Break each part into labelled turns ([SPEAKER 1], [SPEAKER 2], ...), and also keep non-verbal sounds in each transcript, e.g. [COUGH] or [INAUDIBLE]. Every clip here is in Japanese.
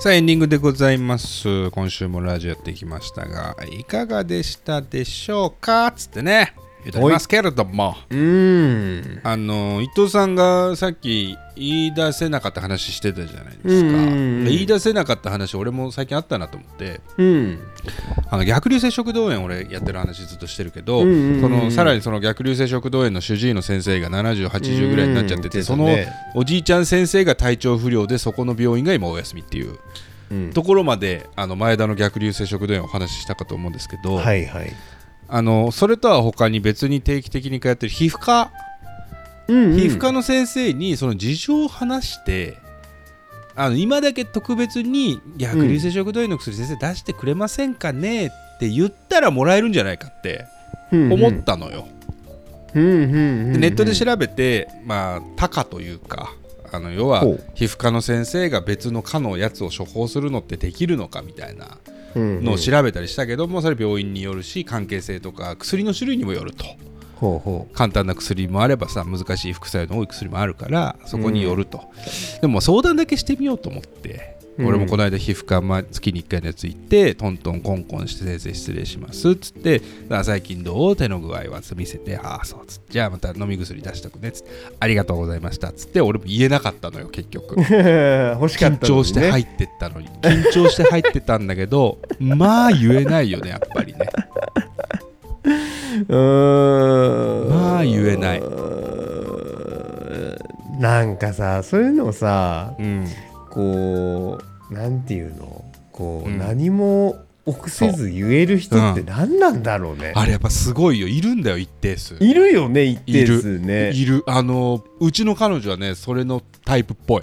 [SPEAKER 1] さあエンディングでございます今週もラジオやってきましたがいかがでしたでしょうかつってね言っておりますけれども
[SPEAKER 2] うーん。
[SPEAKER 1] あの伊藤さんがさっき言い出せなかった話してたじゃないですか、
[SPEAKER 2] うんうんうん
[SPEAKER 1] で言い出せなかった話俺も最近あったなと思って
[SPEAKER 2] うん。
[SPEAKER 1] あの逆流性食道炎俺やってる話ずっとしてるけど、
[SPEAKER 2] うんうんうん
[SPEAKER 1] そのさらにその逆流性食道炎の主治医の先生が7080ぐらいになっちゃってて、
[SPEAKER 2] うん
[SPEAKER 1] その
[SPEAKER 2] 言ってたね
[SPEAKER 1] おじいちゃん先生が体調不良でそこの病院が今お休みっていう
[SPEAKER 2] うん。
[SPEAKER 1] ところまであの前田の逆流性食道炎お話ししたかと思うんですけど、
[SPEAKER 2] はいはい。
[SPEAKER 1] あのそれとは他に別に定期的に通ってる皮膚科
[SPEAKER 2] うん、
[SPEAKER 1] 皮膚科の先生にその事情を話してあの今だけ特別に逆流性食道炎の薬先生出してくれませんかねって言ったらもらえるんじゃないかって思ったのよ、
[SPEAKER 2] うんうんうん
[SPEAKER 1] でネットで
[SPEAKER 2] し
[SPEAKER 1] 調べてまあタカというかあの要は
[SPEAKER 2] ほう
[SPEAKER 1] 皮膚科の先生が別の科のやつを処方するのってできるのかみたいなのを調べたりしたけどもそれ病院によるし関係性とか薬の種類にもよると。
[SPEAKER 2] ほうほ
[SPEAKER 1] 簡単な薬もあればさ難しい副作用の多い薬もあるからそこによると、でも相談だけしてみようと思って、
[SPEAKER 2] うん
[SPEAKER 1] 俺もこの間皮膚科、まあ、月に1回のやつ行ってトントンコンコンして先生失礼しますっつってあ最近どう手の具合はつって見せてああそうっつってじゃあまた飲み薬出しとくねっつってありがとうございましたっつって俺も言えなかったのよ結局
[SPEAKER 2] う。 [LAUGHS] 欲しかっ
[SPEAKER 1] 緊
[SPEAKER 2] たのにね。
[SPEAKER 1] 張して入ってったのに緊張して入ってたんだけど [LAUGHS] まあ言えないよねやっぱりね
[SPEAKER 2] うーん。
[SPEAKER 1] まあ言えないう
[SPEAKER 2] ーんなんかさ、そういうのをさ、
[SPEAKER 1] うん
[SPEAKER 2] こう、なんていうのこう、
[SPEAKER 1] うん
[SPEAKER 2] 何も臆せず言える人って何なんだろうね。
[SPEAKER 1] あれやっぱすごいよいるんだよ一定数
[SPEAKER 2] いるよね、一定数ね。
[SPEAKER 1] いるあのうちの彼女はねそれのタイプっぽい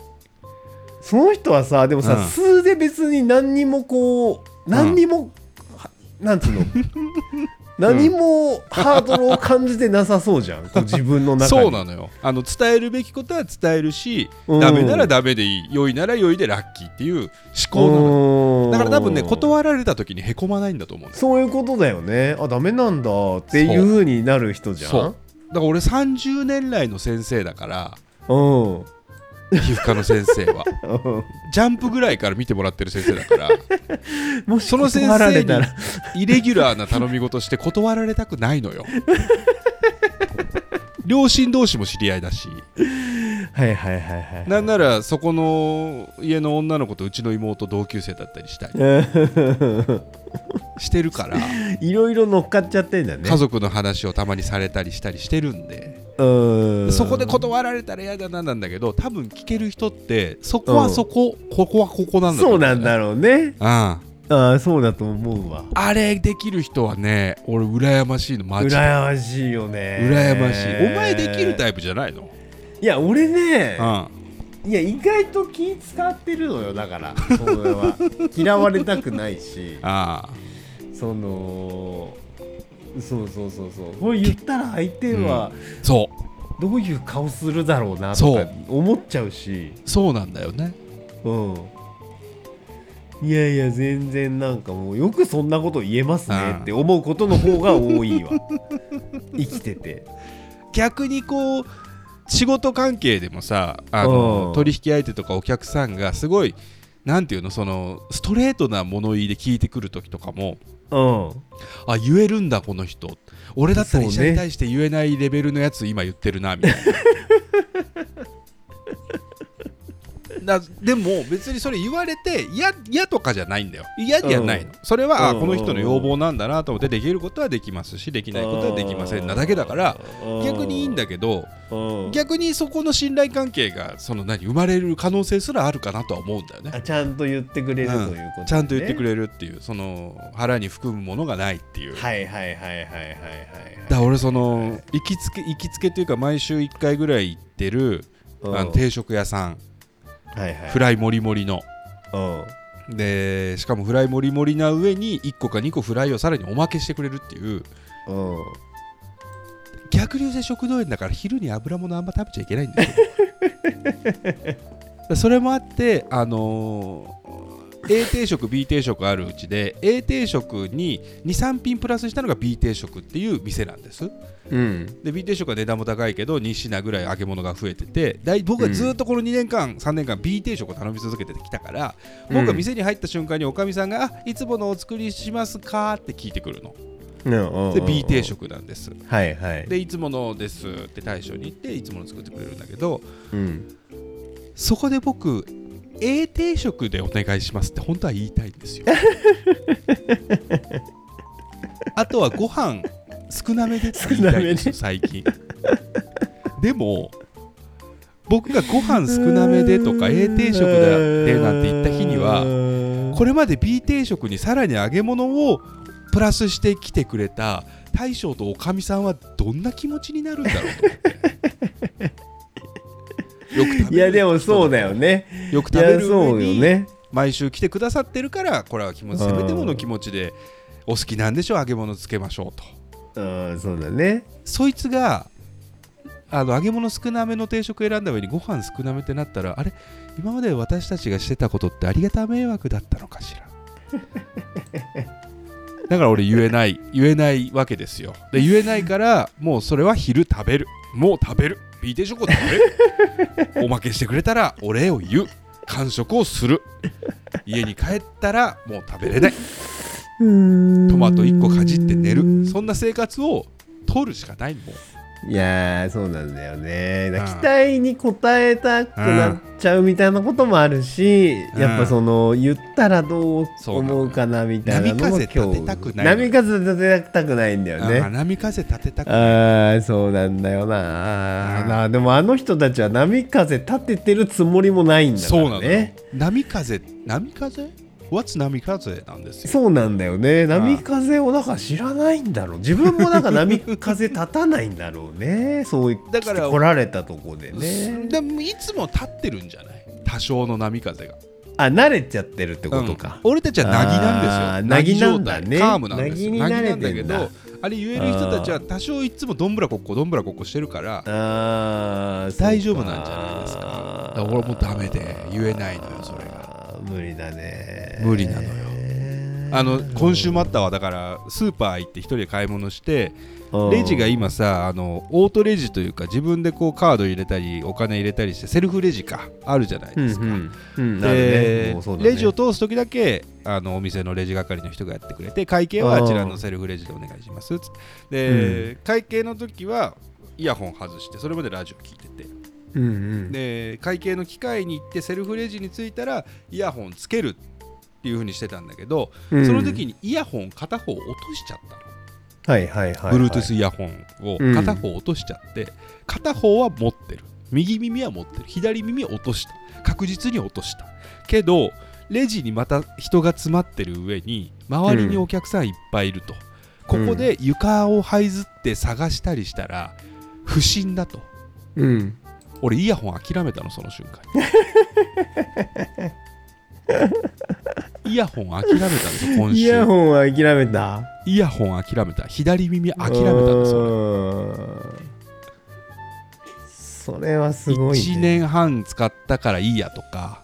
[SPEAKER 2] その人はさでもさ、
[SPEAKER 1] うん
[SPEAKER 2] 数で別に何にもこう何にも、はなん
[SPEAKER 1] [LAUGHS]
[SPEAKER 2] つうの何もハードルを感じてなさそうじゃんこう自分の中に
[SPEAKER 1] [LAUGHS] そうなのよあの伝えるべきことは伝えるし、
[SPEAKER 2] うん
[SPEAKER 1] ダメならダメでいい良いなら良いでラッキーっていう思考なのよ
[SPEAKER 2] の
[SPEAKER 1] だから多分ね
[SPEAKER 2] る
[SPEAKER 1] 断られた時にへこまないんだと思うんです
[SPEAKER 2] そういうことだよねあダメなんだっていうふうになる人じゃん
[SPEAKER 1] そうだから俺30年来の先生だから
[SPEAKER 2] うん
[SPEAKER 1] [LAUGHS] 皮膚科の先生
[SPEAKER 2] [LAUGHS]
[SPEAKER 1] はジャンプぐらいから見てもらってる先生だから
[SPEAKER 2] もし
[SPEAKER 1] その先
[SPEAKER 2] 断ら
[SPEAKER 1] 生
[SPEAKER 2] れ
[SPEAKER 1] に
[SPEAKER 2] たら
[SPEAKER 1] イレギュラーな頼み事して断られたくないのよ両親同士も知り合いだし
[SPEAKER 2] はいはいはいはい
[SPEAKER 1] なんならそこの家の女の子とうちの妹同級生だったりしたりしてるから、
[SPEAKER 2] いろいろ乗っかっちゃってんだね
[SPEAKER 1] 家族の話をたまにされたりしたりしてるんで
[SPEAKER 2] うん
[SPEAKER 1] そこで断られたら嫌だななんだけど多分聞ける人ってそこはそこ、ここはここなんだ
[SPEAKER 2] そうなんだろうね
[SPEAKER 1] あ
[SPEAKER 2] ああそうだと思うわ
[SPEAKER 1] あれできる人はね俺羨ましいのマジで羨
[SPEAKER 2] 羨ましいよね
[SPEAKER 1] ましいお前できるタイプじゃないの、
[SPEAKER 2] いや俺ね
[SPEAKER 1] うん
[SPEAKER 2] いや意外と気使ってるのよだから俺は嫌われたくないし
[SPEAKER 1] ああ
[SPEAKER 2] そのそうそうそうそうこれ言ったら相手は
[SPEAKER 1] そう
[SPEAKER 2] どういう顔するだろうなと
[SPEAKER 1] そ
[SPEAKER 2] か
[SPEAKER 1] う
[SPEAKER 2] 思っちゃうし
[SPEAKER 1] そうなんだよね
[SPEAKER 2] うんいやいや全然なんかもうよくそんなこと言えますねって思うことの方が多いわ生きてて
[SPEAKER 1] 逆にこう仕事関係でもさあの
[SPEAKER 2] うん
[SPEAKER 1] 取引相手とかお客さんがすごいなんていうのそのストレートな物言いで聞いてくる時とかも
[SPEAKER 2] うん
[SPEAKER 1] あ言えるんだこの人俺だったら医
[SPEAKER 2] そ
[SPEAKER 1] 者
[SPEAKER 2] うね
[SPEAKER 1] に対して言えないレベルのやつ今言ってるなみたい
[SPEAKER 2] [LAUGHS]
[SPEAKER 1] な。だでも別にそれ言われて嫌嫌とかじゃないんだよ嫌じゃないの、
[SPEAKER 2] うん
[SPEAKER 1] それは、あ
[SPEAKER 2] うん
[SPEAKER 1] この人の要望なんだなと思ってできることはできますしできないことはできませんなだけだから逆にいいんだけど
[SPEAKER 2] うん
[SPEAKER 1] 逆にそこの信頼関係がその何生まれる可能性すらあるかなとは思うんだよね。
[SPEAKER 2] あちゃんと言ってくれるということね、
[SPEAKER 1] うんちゃんと言ってく
[SPEAKER 2] る
[SPEAKER 1] れるっていうその腹に含むものがないっていう。だか
[SPEAKER 2] はいはいはいはいはいはい
[SPEAKER 1] ら俺その行きつけ行きつけというか毎週1回ぐらい行ってる、
[SPEAKER 2] うん
[SPEAKER 1] あの定食屋さん
[SPEAKER 2] はいはい
[SPEAKER 1] フライもりもりの。
[SPEAKER 2] うん
[SPEAKER 1] でしかもフライもりもりな上に1個か2個フライをさらにおまけしてくれるっていう
[SPEAKER 2] うん
[SPEAKER 1] 逆流性食道炎だから昼に油物あんま食べちゃいけ
[SPEAKER 2] [LAUGHS]
[SPEAKER 1] ないんだよそれもあってあのー A 定食 B 定食あるうちで A 定食に23品プラスしたのが B 定食っていう店なんです
[SPEAKER 2] うん
[SPEAKER 1] で B 定食は値段も高いけど2品ぐらい揚げ物が増えててだい僕はずっとこの2年間、3年間 B 定食を頼み続けてきたから僕が店に入った瞬間におかみさんが「あいつものお作りしますか?」って聞いてくるので B 定食なんです
[SPEAKER 2] はいはい
[SPEAKER 1] でいつものですって大将に言っていつもの作ってくれるんだけど
[SPEAKER 2] うん
[SPEAKER 1] そこで僕 A 定食でお願いしますって本当は言いたいんです [LAUGHS] よあとはご飯少なめでって言いたいんですよ最近でも僕がご飯少なめでとか A 定食だでなんて言った日にはこれまで B 定食にさらに揚げ物をプラスしてきてくれた大将とおかみさんはどんな気持ちになるんだろうと思 [LAUGHS] って。よく食べる
[SPEAKER 2] いやでもそうだよね
[SPEAKER 1] よく
[SPEAKER 2] い
[SPEAKER 1] 食べ
[SPEAKER 2] や
[SPEAKER 1] る
[SPEAKER 2] そう
[SPEAKER 1] 上
[SPEAKER 2] よ
[SPEAKER 1] に、
[SPEAKER 2] ね
[SPEAKER 1] 毎週来てくださってるからこれは気持ち
[SPEAKER 2] うん
[SPEAKER 1] せめてもの気持ちでお好きなんでしょ揚げ物つけましょうと
[SPEAKER 2] うんそうだね
[SPEAKER 1] そいつがあの揚げ物少なめの定食選んだ上にご飯少なめってなったらあれ今まで私たちがしてたことってありがた迷惑だったのかしら [LAUGHS] だから俺言えない言えないわけですよで言えないからもうそれは昼食べるもう食べる B 定食を食べるおまけしてくれたらお礼を言う完食をする家に帰ったらもう食べれないト
[SPEAKER 2] ト
[SPEAKER 1] マト1個かじって寝るそんな生活を取るしかないもん
[SPEAKER 2] いやーそうなんだよねだから
[SPEAKER 1] うん
[SPEAKER 2] 期待に応えたくなっちゃうみたいなこともあるし、
[SPEAKER 1] うん
[SPEAKER 2] やっぱその言ったらどう
[SPEAKER 1] そうなの
[SPEAKER 2] 思うかなみたいなのも
[SPEAKER 1] 波風立てたくないの
[SPEAKER 2] 波風立てたくないんだよ
[SPEAKER 1] あ
[SPEAKER 2] ね
[SPEAKER 1] 波風立てたくない
[SPEAKER 2] ああそうなんだよなあ
[SPEAKER 1] うん
[SPEAKER 2] ーなあでもあの人たちは波風立ててるつもりもないんだか
[SPEAKER 1] そうな
[SPEAKER 2] ら
[SPEAKER 1] のよ
[SPEAKER 2] ね
[SPEAKER 1] 波風波風 ?What's 波風なんですよ
[SPEAKER 2] そうなんだよね
[SPEAKER 1] ん
[SPEAKER 2] 波風をなんか知らないんだろう自分もなんか波風立たないんだろうねそうい
[SPEAKER 1] だから
[SPEAKER 2] 来られたとこでね
[SPEAKER 1] でもいつも立ってるんじゃない多少の波風が
[SPEAKER 2] あ慣れちゃってるってことか、
[SPEAKER 1] うん俺たちはなぎな
[SPEAKER 2] あー
[SPEAKER 1] んですよ
[SPEAKER 2] 凪なんだね
[SPEAKER 1] カームなんですよ
[SPEAKER 2] 凪に
[SPEAKER 1] なぎ
[SPEAKER 2] 慣れ
[SPEAKER 1] な
[SPEAKER 2] て
[SPEAKER 1] ん
[SPEAKER 2] ん
[SPEAKER 1] だけ
[SPEAKER 2] だ
[SPEAKER 1] どあれ言える人たちは多少いつもどんぶらこっこどんぶらこっこしてるから
[SPEAKER 2] あー
[SPEAKER 1] 大丈夫なんじゃないですかだから俺もうダメで言えないのよそれが
[SPEAKER 2] あー無理だね
[SPEAKER 1] 無理なのよあの今週もあったわだからスーパー行って一人で買い物して
[SPEAKER 2] うん
[SPEAKER 1] レジが今さあのオートレジというか自分でこうカード入れたりお金入れたりしてセルフレジかあるじゃないですか。
[SPEAKER 2] うんうんうんなるね
[SPEAKER 1] で
[SPEAKER 2] もうそうだね
[SPEAKER 1] レジを通す時だけあのお店のレジ係の人がやってくれて会計はあちらのセルフレジでお願いしますつってで、会計の時はイヤホン外してそれまでラジオ聞いてて
[SPEAKER 2] うんうん
[SPEAKER 1] で会計の機械に行ってセルフレジに着いたらイヤホンつけるっていう風にしてたんだけど、
[SPEAKER 2] うん
[SPEAKER 1] その時にイヤホン片方落としちゃったの。
[SPEAKER 2] はいはいはい、はい、
[SPEAKER 1] Bluetooth イヤホンを片方落としちゃって、片方は持ってる右耳は持ってる左耳は落とした確実に落としたけどレジにまた人が詰まってる上に周りにお客さんいっぱいいると、ここで床を這いずって探したりしたら不審だと
[SPEAKER 2] うん
[SPEAKER 1] 俺イヤホン諦めたのその瞬間
[SPEAKER 2] [LAUGHS]
[SPEAKER 1] イヤホン諦めたんですよ今
[SPEAKER 2] イヤ
[SPEAKER 1] 週
[SPEAKER 2] ホンは諦めた
[SPEAKER 1] イヤホン諦めた左耳諦めたんですよ俺
[SPEAKER 2] うんそれはすごい、ね、
[SPEAKER 1] 1年半使ったからいいやとか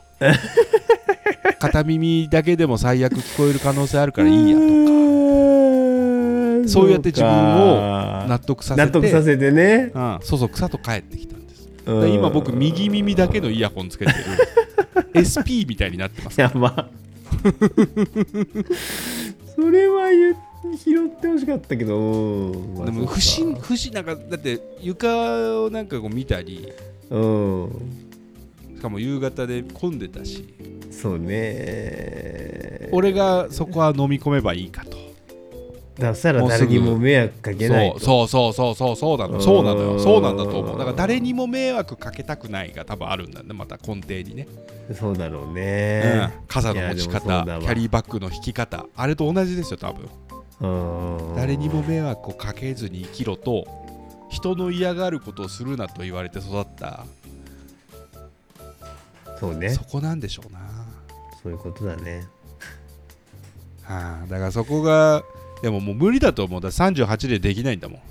[SPEAKER 1] [LAUGHS] 片耳だけでも最悪聞こえる可能性あるからいいやと
[SPEAKER 2] と
[SPEAKER 1] そうやって自分を納
[SPEAKER 2] 納
[SPEAKER 1] 得させて
[SPEAKER 2] 納得させてね、
[SPEAKER 1] うん、そうそう草と帰ってきたんですだから
[SPEAKER 2] うん
[SPEAKER 1] 今僕右耳だけのイヤホンつ
[SPEAKER 2] [LAUGHS]
[SPEAKER 1] けてる SP みたいになってます
[SPEAKER 2] やば [LAUGHS] それは言う拾ってほしかったけどうんまあ
[SPEAKER 1] でも不
[SPEAKER 2] そ
[SPEAKER 1] 審
[SPEAKER 2] っか
[SPEAKER 1] 不審なんかだって床をなんかこう見たり
[SPEAKER 2] うん
[SPEAKER 1] しかも夕方で混んでたし
[SPEAKER 2] そうね
[SPEAKER 1] 俺がそこは飲み込めばいいかと
[SPEAKER 2] 出したら
[SPEAKER 1] もうすぐ
[SPEAKER 2] 誰にも迷惑かけないと
[SPEAKER 1] そうそうそうそうそうそうなのそうなの
[SPEAKER 2] う
[SPEAKER 1] よ
[SPEAKER 2] ん
[SPEAKER 1] そうなんだと思うだから誰にも迷惑かけたくないが多分あるんだねまた根底にね、
[SPEAKER 2] そうだろう
[SPEAKER 1] う
[SPEAKER 2] ね
[SPEAKER 1] ん、傘の持ち
[SPEAKER 2] い
[SPEAKER 1] 方キ
[SPEAKER 2] やでもそうだわ
[SPEAKER 1] ャリーバッグの引き方あれと同じですよ多分
[SPEAKER 2] うん
[SPEAKER 1] 誰にも迷惑をかけずに生きろと人の嫌がることをするなと言われて育った
[SPEAKER 2] そうね
[SPEAKER 1] そこなんでしょうな
[SPEAKER 2] そういうことだね
[SPEAKER 1] はあ、だからそこがでももう無理だと思うだって38でできないんだもん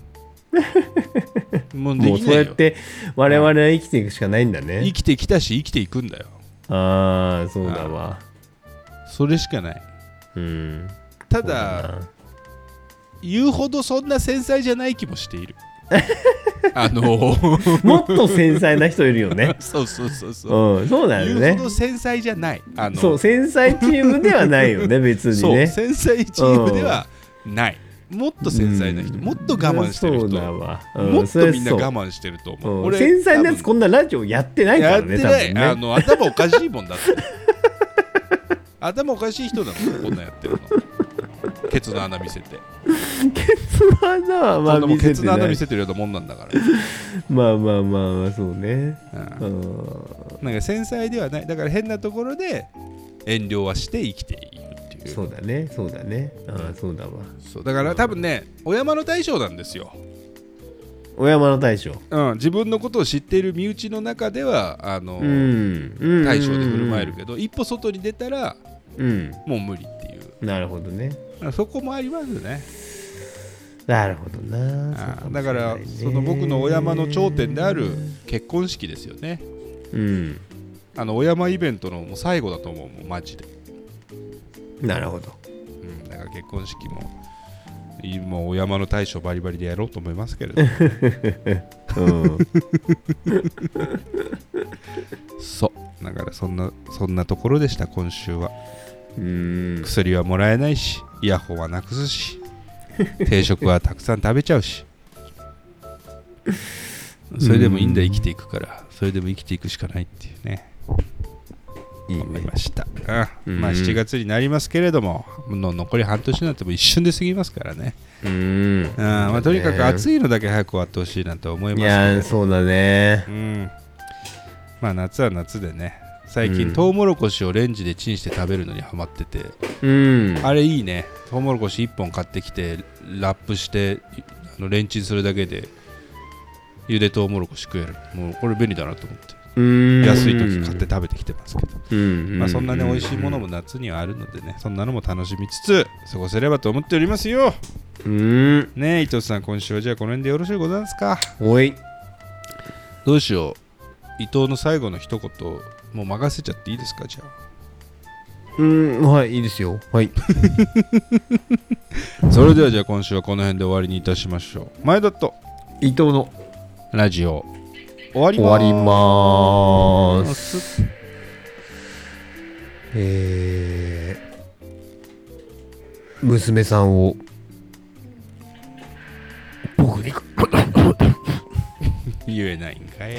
[SPEAKER 1] もうで
[SPEAKER 2] もう
[SPEAKER 1] き
[SPEAKER 2] そう
[SPEAKER 1] な
[SPEAKER 2] や
[SPEAKER 1] い
[SPEAKER 2] っ
[SPEAKER 1] よ
[SPEAKER 2] て我々は生きていくしかないんだね
[SPEAKER 1] 生きてきたし生きていくんだよ
[SPEAKER 2] ああそうだわ
[SPEAKER 1] それしかない
[SPEAKER 2] うん
[SPEAKER 1] た
[SPEAKER 2] そう
[SPEAKER 1] だ
[SPEAKER 2] な
[SPEAKER 1] 言うほどそんな繊細じゃない気もしてい
[SPEAKER 2] [LAUGHS]
[SPEAKER 1] るあの
[SPEAKER 2] もっと繊細な人いるよね
[SPEAKER 1] そうそうそう [LAUGHS] そう、
[SPEAKER 2] うんそうだよ
[SPEAKER 1] 言う
[SPEAKER 2] ね
[SPEAKER 1] ほど繊細じゃないあの
[SPEAKER 2] そう繊細チームではないよね別
[SPEAKER 1] そ
[SPEAKER 2] に
[SPEAKER 1] う
[SPEAKER 2] ね
[SPEAKER 1] 繊細チームではない、もっと繊細な人、
[SPEAKER 2] うん
[SPEAKER 1] もっと我慢してる
[SPEAKER 2] そ
[SPEAKER 1] 人
[SPEAKER 2] うだわ、うん
[SPEAKER 1] もっとみんな
[SPEAKER 2] それ
[SPEAKER 1] 我
[SPEAKER 2] は
[SPEAKER 1] 慢してると
[SPEAKER 2] そう
[SPEAKER 1] 思う、
[SPEAKER 2] うん繊細なやつ
[SPEAKER 1] 多
[SPEAKER 2] こんなラジオやってな
[SPEAKER 1] 分
[SPEAKER 2] いか
[SPEAKER 1] や
[SPEAKER 2] ら
[SPEAKER 1] っ
[SPEAKER 2] ね
[SPEAKER 1] てない、あ
[SPEAKER 2] 多分ね
[SPEAKER 1] の頭おかしいもんだって頭おかしい人なのこんなんやってるのケツの穴見せて、
[SPEAKER 2] ケツの穴は [LAUGHS] ま
[SPEAKER 1] そ
[SPEAKER 2] あ
[SPEAKER 1] んなもん
[SPEAKER 2] 見せ
[SPEAKER 1] ケ
[SPEAKER 2] て
[SPEAKER 1] ツの
[SPEAKER 2] な
[SPEAKER 1] 穴
[SPEAKER 2] い
[SPEAKER 1] 見せてるようなもんなんだから、
[SPEAKER 2] まあまあまあまあそうね
[SPEAKER 1] うん
[SPEAKER 2] うん
[SPEAKER 1] なんか繊細ではないだから変なところで遠慮はして生きているっていう
[SPEAKER 2] そうだねそうだねああそうだわ
[SPEAKER 1] そうだから多分ねお山の大将なんですよ
[SPEAKER 2] 小山の大将
[SPEAKER 1] うん、自分のことを知っている身内の中ではあの、
[SPEAKER 2] うんうん
[SPEAKER 1] 対象で振る舞えるけど、一歩外に出たら
[SPEAKER 2] うん
[SPEAKER 1] もう無理っていう
[SPEAKER 2] なるほどね
[SPEAKER 1] そこもありますね
[SPEAKER 2] なるほどなそう
[SPEAKER 1] あ
[SPEAKER 2] もしれないね
[SPEAKER 1] だからその僕のお山の頂点である結婚式ですよね
[SPEAKER 2] うん
[SPEAKER 1] あのお山イベントのもう最後だと思うもうマジで、
[SPEAKER 2] なるほど
[SPEAKER 1] うん、だから結婚式も今お山の大将バリバリでやろうと思いますけれど
[SPEAKER 2] うん
[SPEAKER 1] そうだからそんなそんなところでした今週は
[SPEAKER 2] うん
[SPEAKER 1] 薬はもらえないしイヤホンはなくすし [LAUGHS] 定食はたくさん食べちゃうし [LAUGHS] それでもいいんだ
[SPEAKER 2] うん
[SPEAKER 1] 生きていくからそれでも生きていくしかないっていうね
[SPEAKER 2] いい
[SPEAKER 1] 思い
[SPEAKER 2] ね
[SPEAKER 1] ました、うん
[SPEAKER 2] うん
[SPEAKER 1] まあ、7月になりますけれどもの残り半年なんてもう一瞬で過ぎますからね、
[SPEAKER 2] うん
[SPEAKER 1] うんまあ、とにかく
[SPEAKER 2] い
[SPEAKER 1] 暑いのだけ早く終わってほしいなと思います
[SPEAKER 2] い
[SPEAKER 1] けれど
[SPEAKER 2] やーそうだね
[SPEAKER 1] うんまあ夏は夏でね最近、
[SPEAKER 2] うん
[SPEAKER 1] トウモロコシをレンジでチンして食べるのにハマってて
[SPEAKER 2] うん
[SPEAKER 1] あれいいね。トウモロコシ1本買ってきて、ラップして、あのレンチンするだけで、ゆでトウモロコシ食える。もうこれ便利だなと思って。
[SPEAKER 2] うん
[SPEAKER 1] 安い時買って食べてきてますけど。
[SPEAKER 2] うん
[SPEAKER 1] まあそんなね、美味しいものも夏にはあるのでね、そんなのも楽しみつつ、過ごせればと思っておりますよ。
[SPEAKER 2] うん
[SPEAKER 1] ねえ、伊藤さん、今週はじゃあこの辺でよろしゅうございますか。
[SPEAKER 2] おい
[SPEAKER 1] どうしよう。伊藤の最後の一言、もう任せちゃっていいですか、じゃあ。
[SPEAKER 2] うんはいいいですよはい
[SPEAKER 1] それではじゃあ今週はこの辺で終わりにいたしましょう。前田と
[SPEAKER 2] 伊藤の
[SPEAKER 1] ラジオ、終わり
[SPEAKER 2] 終
[SPEAKER 1] ま
[SPEAKER 2] わりまーす
[SPEAKER 1] す。
[SPEAKER 2] えー、娘さんを僕に
[SPEAKER 1] 言えないんかい